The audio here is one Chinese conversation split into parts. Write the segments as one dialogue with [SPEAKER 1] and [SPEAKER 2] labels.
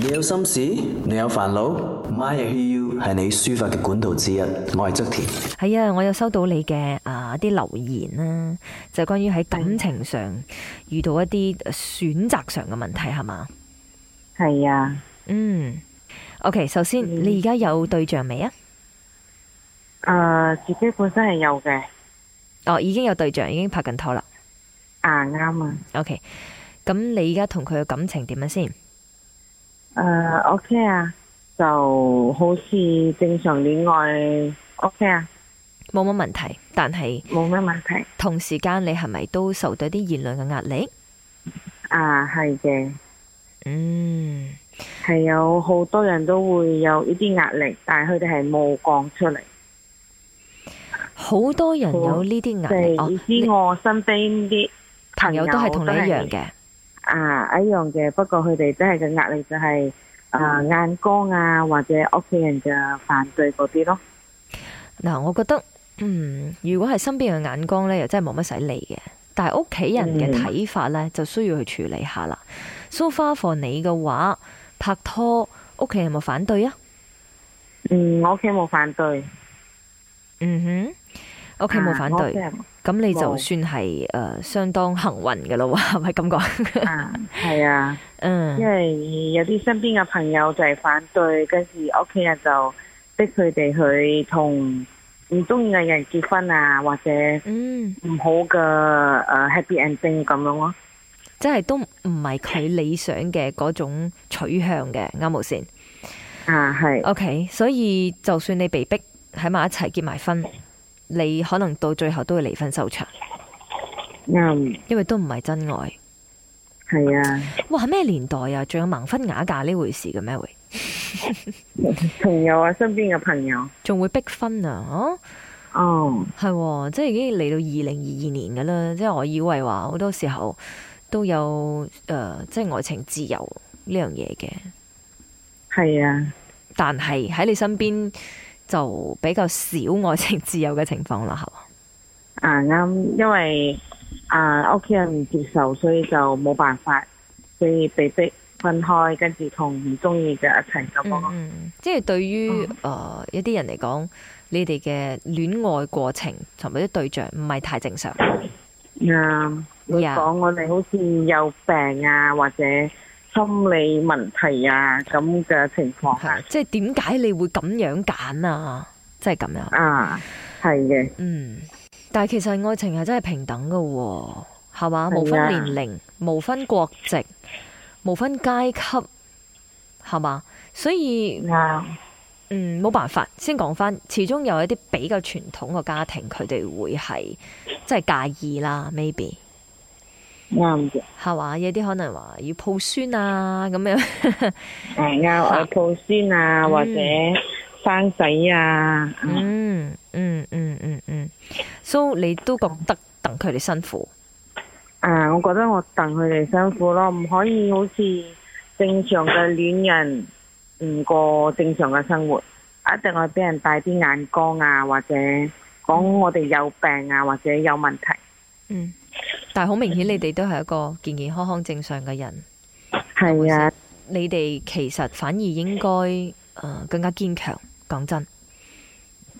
[SPEAKER 1] 你有心事，你有煩惱，My I Hear You 係你抒發嘅管道之一。我係側田。
[SPEAKER 2] 係啊，我有收到你嘅啊啲留言啦，就關於喺感情上遇到一啲呃選擇上嘅問題係嘛？
[SPEAKER 3] 系啊，
[SPEAKER 2] 嗯，OK，首先
[SPEAKER 3] 嗯
[SPEAKER 2] 你而家有對象未啊？
[SPEAKER 3] 诶、自己本身係有嘅，
[SPEAKER 2] 哦，已經有對象，已經拍緊拖啦。
[SPEAKER 3] 啊啱啊，
[SPEAKER 2] OK，咁你而家同佢嘅感情點樣先？
[SPEAKER 3] 诶、o k 啊，就好似正常戀愛 OK à, 啊，
[SPEAKER 2] 冇乜問題，但係
[SPEAKER 3] 冇咩問題，
[SPEAKER 2] 同時間你係咪都受到啲言論嘅壓力？
[SPEAKER 3] 啊係嘅，
[SPEAKER 2] 嗯，
[SPEAKER 3] 係有好多人都會有呢啲壓力，但係佢哋係冇講出嚟，
[SPEAKER 2] 好多人有呢啲壓
[SPEAKER 3] 即
[SPEAKER 2] 力，
[SPEAKER 3] 係
[SPEAKER 2] 哦，
[SPEAKER 3] 意
[SPEAKER 2] 你
[SPEAKER 3] 思我身邊啲
[SPEAKER 2] 朋友都係同你一樣
[SPEAKER 3] 嘅，
[SPEAKER 2] 嘅。
[SPEAKER 3] 啊一樣嘅，不過佢哋真係嘅壓力就係、啊眼光啊，或者屋企人嘅反對嗰啲咯，
[SPEAKER 2] 嗱，我覺得，嗯，如果係身邊嘅眼光呢，又真係冇乜使理嘅。但係屋企人嘅
[SPEAKER 3] 嗯
[SPEAKER 2] 睇法呢，就需要去處理下啦。So far for 你嘅話，拍拖屋企人有冇反對啊？
[SPEAKER 3] 嗯，我屋企冇反對，
[SPEAKER 2] 嗯哼，屋企冇
[SPEAKER 3] 啊
[SPEAKER 2] 反
[SPEAKER 3] 我屋企
[SPEAKER 2] 對，
[SPEAKER 3] 人
[SPEAKER 2] 咁你就
[SPEAKER 3] 冇
[SPEAKER 2] 算係诶、呃相當幸運嘅咯喎， 係咪咁 講？
[SPEAKER 3] 啊，系啊，因
[SPEAKER 2] 嗯
[SPEAKER 3] 為有啲身邊嘅朋友就係反對，跟住屋企人就逼佢哋去同唔中意嘅人結婚啊，或者
[SPEAKER 2] 嗯，
[SPEAKER 3] 唔好嘅诶 happy ending 咁樣咯。
[SPEAKER 2] 即係都唔係佢理想嘅嗰種取向嘅，啱冇先
[SPEAKER 3] 啊，係
[SPEAKER 2] ？OK，所以就算你被逼喺埋一齊結埋婚，你可能到最後都會離婚收場。
[SPEAKER 3] 啱，
[SPEAKER 2] 因為都唔係真愛。
[SPEAKER 3] 係啊，
[SPEAKER 2] 哇，咩年代啊？仲有盲婚啞嫁呢回事嘅咩？會
[SPEAKER 3] 朋友啊，身邊嘅朋友，
[SPEAKER 2] 仲會逼婚啊？哦，
[SPEAKER 3] 哦，
[SPEAKER 2] 係喎，即係已經嚟到二零二二年噶啦。即係我以為話好多時候都有诶、呃即係愛情自由呢樣嘢嘅，
[SPEAKER 3] 係啊，
[SPEAKER 2] 但係喺你身邊就比較少愛情自由嘅情況啦，係嘛？
[SPEAKER 3] 啊啱，因為啊屋企人唔接受，所以就冇辦法，所以被逼分開，跟住同唔中意嘅一齊咁樣
[SPEAKER 2] 嗯
[SPEAKER 3] 咯。
[SPEAKER 2] 嗯，即係對於誒、
[SPEAKER 3] 嗯
[SPEAKER 2] 呃一啲人嚟講，你哋嘅戀愛過程同埋啲對象唔係太正常。
[SPEAKER 3] 嗯啱，會
[SPEAKER 2] Yeah
[SPEAKER 3] 講我哋好似有病啊，或者心理問題啊咁嘅情況啊
[SPEAKER 2] 係，即係點解你會咁樣揀啊？即係咁樣，
[SPEAKER 3] 啊，係嘅，
[SPEAKER 2] 嗯。但係其實愛情係真係平等嘅喎、係嘛？
[SPEAKER 3] 係啊
[SPEAKER 2] 無分年齡，無分國籍，無分階級，係嘛？所以
[SPEAKER 3] 啱，
[SPEAKER 2] 嗯，冇辦法。先講翻，始終有一啲比較傳統嘅家庭，佢哋會係即係介意啦，maybe
[SPEAKER 3] 啱嘅，
[SPEAKER 2] 係嘛？有啲可能話要抱孫啊咁樣，
[SPEAKER 3] 誒啱
[SPEAKER 2] 啊
[SPEAKER 3] 我抱孫啊，
[SPEAKER 2] 嗯
[SPEAKER 3] 或者生仔啊，嗯
[SPEAKER 2] 嗯嗯嗯嗯嗯，所以你都覺得等佢哋辛苦。
[SPEAKER 3] 啊，我覺得我戥佢哋辛苦咯，唔可以好似正常嘅戀人唔過正常嘅生活，一定係俾人帶啲眼光啊，或者講我哋有病啊，或者有問題，
[SPEAKER 2] 嗯，但係好明顯，你哋都係一個健健康康正常嘅人，
[SPEAKER 3] 係啊。
[SPEAKER 2] 你哋其實反而應該诶、呃更加堅強。講真，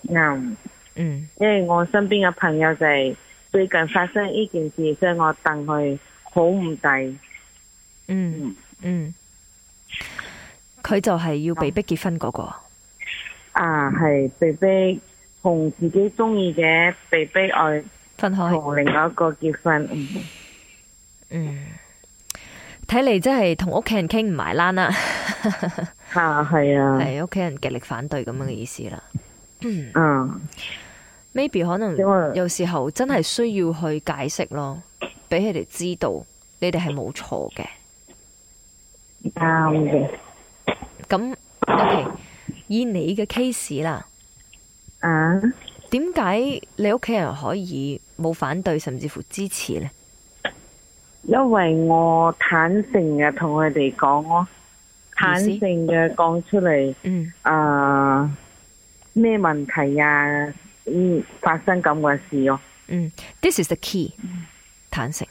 [SPEAKER 3] 啱，
[SPEAKER 2] 嗯
[SPEAKER 3] 因為我身邊嘅朋友就係最近發生呢件事，所以我戥佢好唔抵。
[SPEAKER 2] 嗯嗯，佢、就係要被逼結婚嗰、個，
[SPEAKER 3] 啊，係被逼同自己中意嘅被逼愛
[SPEAKER 2] 分開。
[SPEAKER 3] 同另外一個結婚，嗯
[SPEAKER 2] 嗯，睇嚟真係同屋企人傾唔埋欄啦，
[SPEAKER 3] 啊，係啊，
[SPEAKER 2] 係屋企人極力反對咁樣嘅意思啦。
[SPEAKER 3] 嗯，
[SPEAKER 2] maybe 可能
[SPEAKER 3] 因為
[SPEAKER 2] 有時候真係需要去解釋咯，俾佢哋知道你哋係冇錯嘅。
[SPEAKER 3] 啱嘅，
[SPEAKER 2] 咁 OK，以你嘅 case 啦，
[SPEAKER 3] 啊，
[SPEAKER 2] 點解你屋企人可以冇反對甚至乎支持呢？
[SPEAKER 3] 因為我坦誠嘅同佢哋講咯，坦誠嘅講出嚟，
[SPEAKER 2] 嗯
[SPEAKER 3] 啊，咩問題啊，嗯，發生咁嘅事咯，
[SPEAKER 2] 嗯，this is the key，坦誠，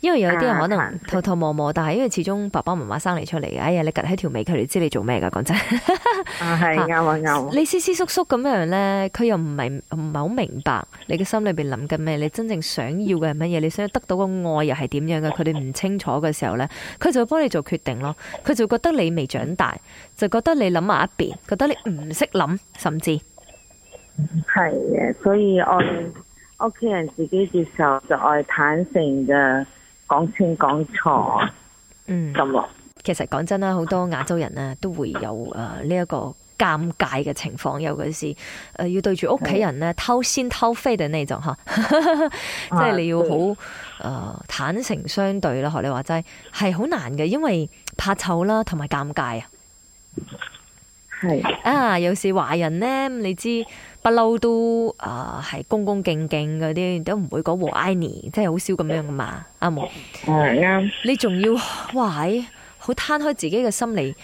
[SPEAKER 2] 因為有啲人
[SPEAKER 3] 啊
[SPEAKER 2] 可
[SPEAKER 3] 彈
[SPEAKER 2] 能
[SPEAKER 3] 性
[SPEAKER 2] 偷偷摸摸，但係因為始終爸爸媽媽生你出嚟嘅，哎呀，你趌喺條尾，佢哋知你做咩噶。講真，
[SPEAKER 3] 啊係
[SPEAKER 2] 嚇
[SPEAKER 3] 啱啊啱啊。
[SPEAKER 2] 你斯斯縮縮咁樣呢，佢又唔係唔係好明白你嘅心裏邊諗緊咩，你真正想要嘅係乜嘢，你想得到個愛又係點樣嘅，佢哋唔清楚嘅時候呢，佢就會幫你做決定咯。佢就會覺得你未長大，就覺得你諗埋一邊，覺得你唔識諗，甚至
[SPEAKER 3] 係嘅，所以我哋屋企人自己接受就愛坦誠嘅講清講錯
[SPEAKER 2] 嗯。
[SPEAKER 3] 咁咯。
[SPEAKER 2] 其實講真啦，好多亞洲人咧都會有誒呢一個尷尬嘅情況，尤其是誒、呃要對住屋企人咧偷先偷飛嘅那種嚇， 即係你要好誒、呃坦誠相對啦。學你話齋係好難嘅，因為怕醜啦，同埋尷尬啊。
[SPEAKER 3] 係
[SPEAKER 2] 啊，有時華人呢，你知不嬲都啊係、恭恭敬敬嗰啲，都唔會講和 I 尼，即係好少咁樣噶嘛，啱冇？
[SPEAKER 3] 係啱，
[SPEAKER 2] 你仲要哇，唉好攤開自己嘅心理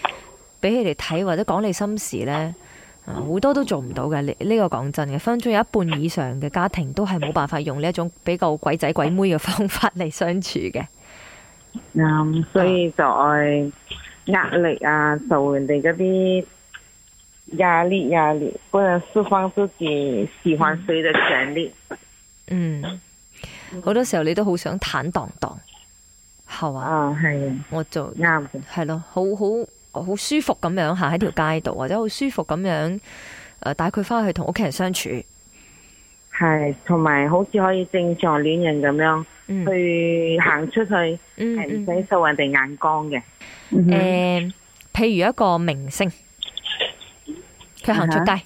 [SPEAKER 2] 俾佢哋睇，或者講你心事呢，啊好多都做唔到嘅。呢、呢個講真嘅，分分鐘有一半以上嘅家庭都係冇辦法用呢一種比較鬼仔鬼妹嘅方法嚟相處嘅。
[SPEAKER 3] 啱，所以就愛壓力啊，受人哋嗰啲壓力啊壓力，不能釋放自己喜歡誰的權利。
[SPEAKER 2] 嗯，好多時候你都好想坦蕩蕩，係嘛？
[SPEAKER 3] 啊，係啊
[SPEAKER 2] 我做
[SPEAKER 3] 啱嘅，
[SPEAKER 2] 係咯，好好好舒服咁樣行喺條街度，或者好舒服咁樣誒帶佢翻去同屋企人相處。
[SPEAKER 3] 係同埋好似可以正常戀人咁樣
[SPEAKER 2] 嗯
[SPEAKER 3] 去行出去，係
[SPEAKER 2] 嗯嗯。
[SPEAKER 3] 唔使受人哋眼光嘅。嗯哼
[SPEAKER 2] 诶、呃譬如一個明星，佢行出
[SPEAKER 3] 啊
[SPEAKER 2] 街、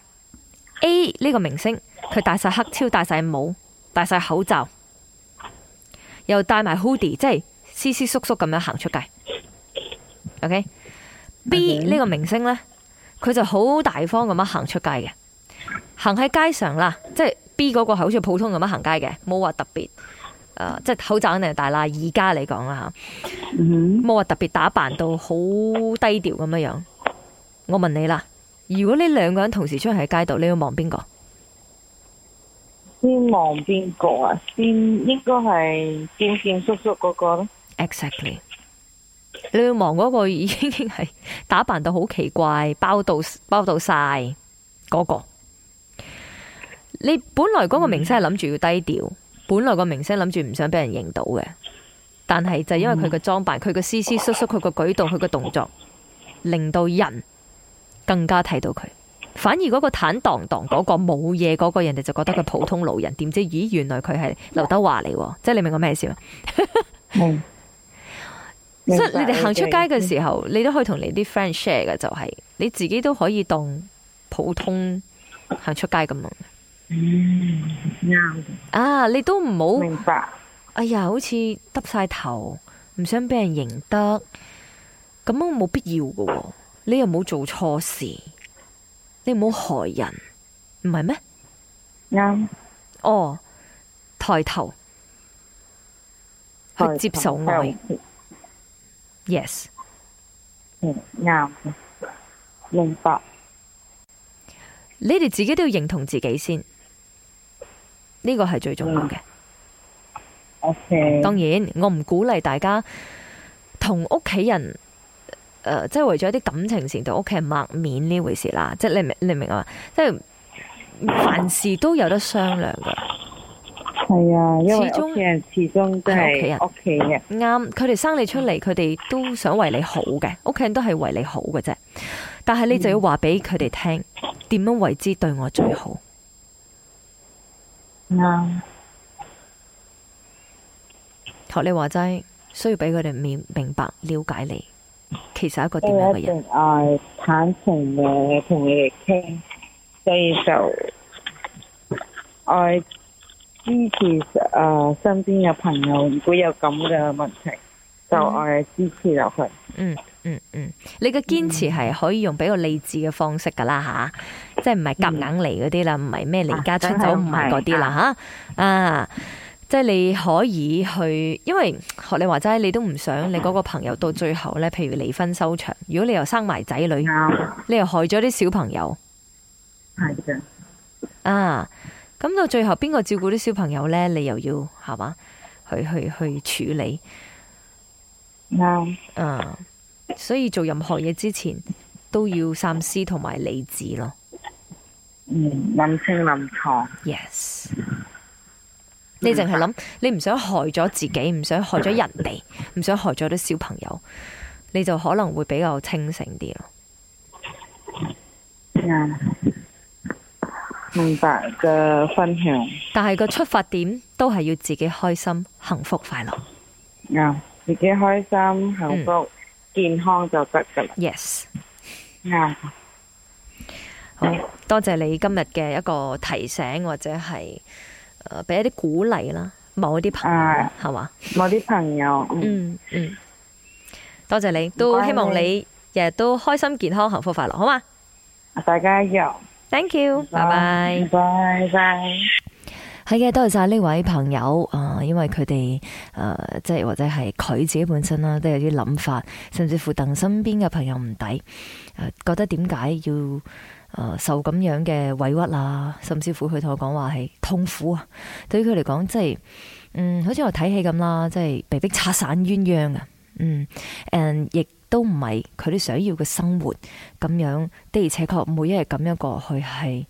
[SPEAKER 2] a 呢個明星，佢戴晒黑超，戴晒帽，戴晒口罩，又戴埋 hoodie，即係斯斯縮縮咁樣行出街。OK，B、呢個明星呢，佢就好大方咁樣行出街嘅，行喺街上啦，即係 B 嗰個係好似普通咁樣行街嘅，冇話特別。诶、即係口罩肯定係戴啦。而家嚟講啦吓，
[SPEAKER 3] 嗯
[SPEAKER 2] 冇話特別打扮到好低調咁樣樣。我問你啦，如果呢兩個人同時出現喺街度，你要望邊個？
[SPEAKER 3] 先望邊個啊？先應該係健健叔叔嗰個咯。
[SPEAKER 2] Exactly，你要望嗰個已經係打扮到好奇怪，包到包到晒嗰、個。你本來嗰個明星係諗住要低調，本來個明星諗住唔想俾人認到嘅，但係就因為佢嘅裝扮、佢嘅斯斯縮縮、佢嘅舉動、佢嘅動作，令到人更加睇到佢。反而嗰個坦蕩蕩嗰個冇嘢嗰個人哋就覺得佢普通路人，點知咦原來佢係劉德華嚟喎，即係你明我咩意思嗎？
[SPEAKER 3] 嗯，
[SPEAKER 2] 所以你哋行出街嘅時候，你都可以同你啲 friend share 嘅，就係你自己都可以當普通行出街咁樣
[SPEAKER 3] 啱，
[SPEAKER 2] 啊！你都唔好，
[SPEAKER 3] 明白。
[SPEAKER 2] 哎呀，好似耷晒頭，唔想俾人認得，咁樣冇必要嘅喎。你又冇做錯事，你唔好害人，唔係咩？
[SPEAKER 3] 啱，
[SPEAKER 2] 哦，抬頭去接受愛
[SPEAKER 3] 係係
[SPEAKER 2] ，yes。
[SPEAKER 3] 嗯，啱，明白。
[SPEAKER 2] 你哋自己都要認同自己先，呢個係最重要嘅。
[SPEAKER 3] O K，
[SPEAKER 2] 當然，我唔鼓勵大家同屋企人。誒、即係為咗一啲感情事同屋企人抹面呢回事啦，即係你明你明啊？即係凡事都有得商量㗎。
[SPEAKER 3] 係啊，因為
[SPEAKER 2] 始終
[SPEAKER 3] 屋企人始終都係
[SPEAKER 2] 係
[SPEAKER 3] 屋企人。
[SPEAKER 2] 啱，佢哋生你出嚟，佢哋都想為你好嘅，屋企人都係為你好嘅啫。但係你就要話俾佢哋聽，點樣為之對我最好？
[SPEAKER 3] 啱，
[SPEAKER 2] 學你話齋，需要俾佢哋明明白了解你，其實係一個
[SPEAKER 3] 所
[SPEAKER 2] 點樣嘅
[SPEAKER 3] 以一
[SPEAKER 2] 人。
[SPEAKER 3] 定愛坦誠嘅同你哋傾，所以就愛支持誒、呃身邊嘅朋友，如果有咁嘅問題，就愛支持落去。
[SPEAKER 2] 嗯嗯嗯，你嘅堅持係可以用比較理智嘅方式噶啦吓，即係唔係夾硬嚟嗰啲啦，唔係咩離家出走，
[SPEAKER 3] 啊
[SPEAKER 2] 唔係嗰啲啦吓啊！即係你可以去，因為學你話齋，你都唔想你嗰個朋友到最後呢，譬如離婚收場。如果你又生埋仔女，
[SPEAKER 3] 啱，
[SPEAKER 2] 你又害咗啲小朋友
[SPEAKER 3] 係嘅，
[SPEAKER 2] 啊，咁到最後邊個照顧啲小朋友呢？你又要係嘛？去去去處理。
[SPEAKER 3] 啱
[SPEAKER 2] 啊，所以做任何嘢之前都要三思同埋理智咯。
[SPEAKER 3] 嗯，諗清諗錯，
[SPEAKER 2] Yes，你淨係諗，你唔想害咗自己，唔想害咗人哋，唔想害咗啲小朋友，你就可能會比較清醒啲咯。
[SPEAKER 3] 啱，明白嘅分享，
[SPEAKER 2] 但係個出發點都係要自己開心、幸福、快樂。
[SPEAKER 3] 啱，自己開心、幸福、健康就得噶啦，
[SPEAKER 2] Yes，
[SPEAKER 3] 啱，
[SPEAKER 2] 好多謝你今日嘅一個提醒，或者係诶俾一啲鼓勵啦，某一啲朋友
[SPEAKER 3] 啊
[SPEAKER 2] 係嘛？
[SPEAKER 3] 我啲朋友，嗯，
[SPEAKER 2] 嗯嗯，多謝你，都希望你日日都開心、健康、幸福、快樂，好嘛
[SPEAKER 3] 大家有，
[SPEAKER 2] ？Thank you，拜拜。
[SPEAKER 3] 拜拜。
[SPEAKER 2] 係嘅，多謝晒呢位朋友啊、因為佢哋誒即係或者係佢自己本身啦，都有啲諗法，甚至乎戥身邊嘅朋友唔抵，誒、覺得點解要誒、受咁樣嘅委屈啊，甚至乎佢同我講話係痛苦啊，對於佢嚟講即係嗯，好似我睇戲咁啦，即係被逼拆散鴛鴦啊，嗯，and 亦都唔係佢哋想要嘅生活咁樣，的而且確每一日咁樣過去係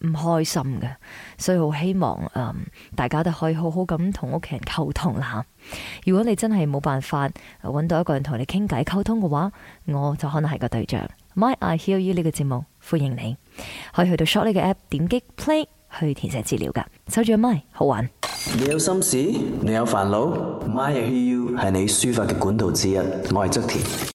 [SPEAKER 2] 唔開心嘅。所以好希望嗯大家都可以好好咁同屋企人溝通啦。如果你真係冇辦法呃揾到一個人同你傾偈溝通嘅話，我就可能係個對象。My I Hear You 呢個節目歡迎你，可以去到 s h o t 呢個 app 點擊 play 去填寫資料噶。守住個 My 好玩。
[SPEAKER 1] 你有心事，你有煩惱，My I Hear You 係你抒發嘅管道之一。我係側田。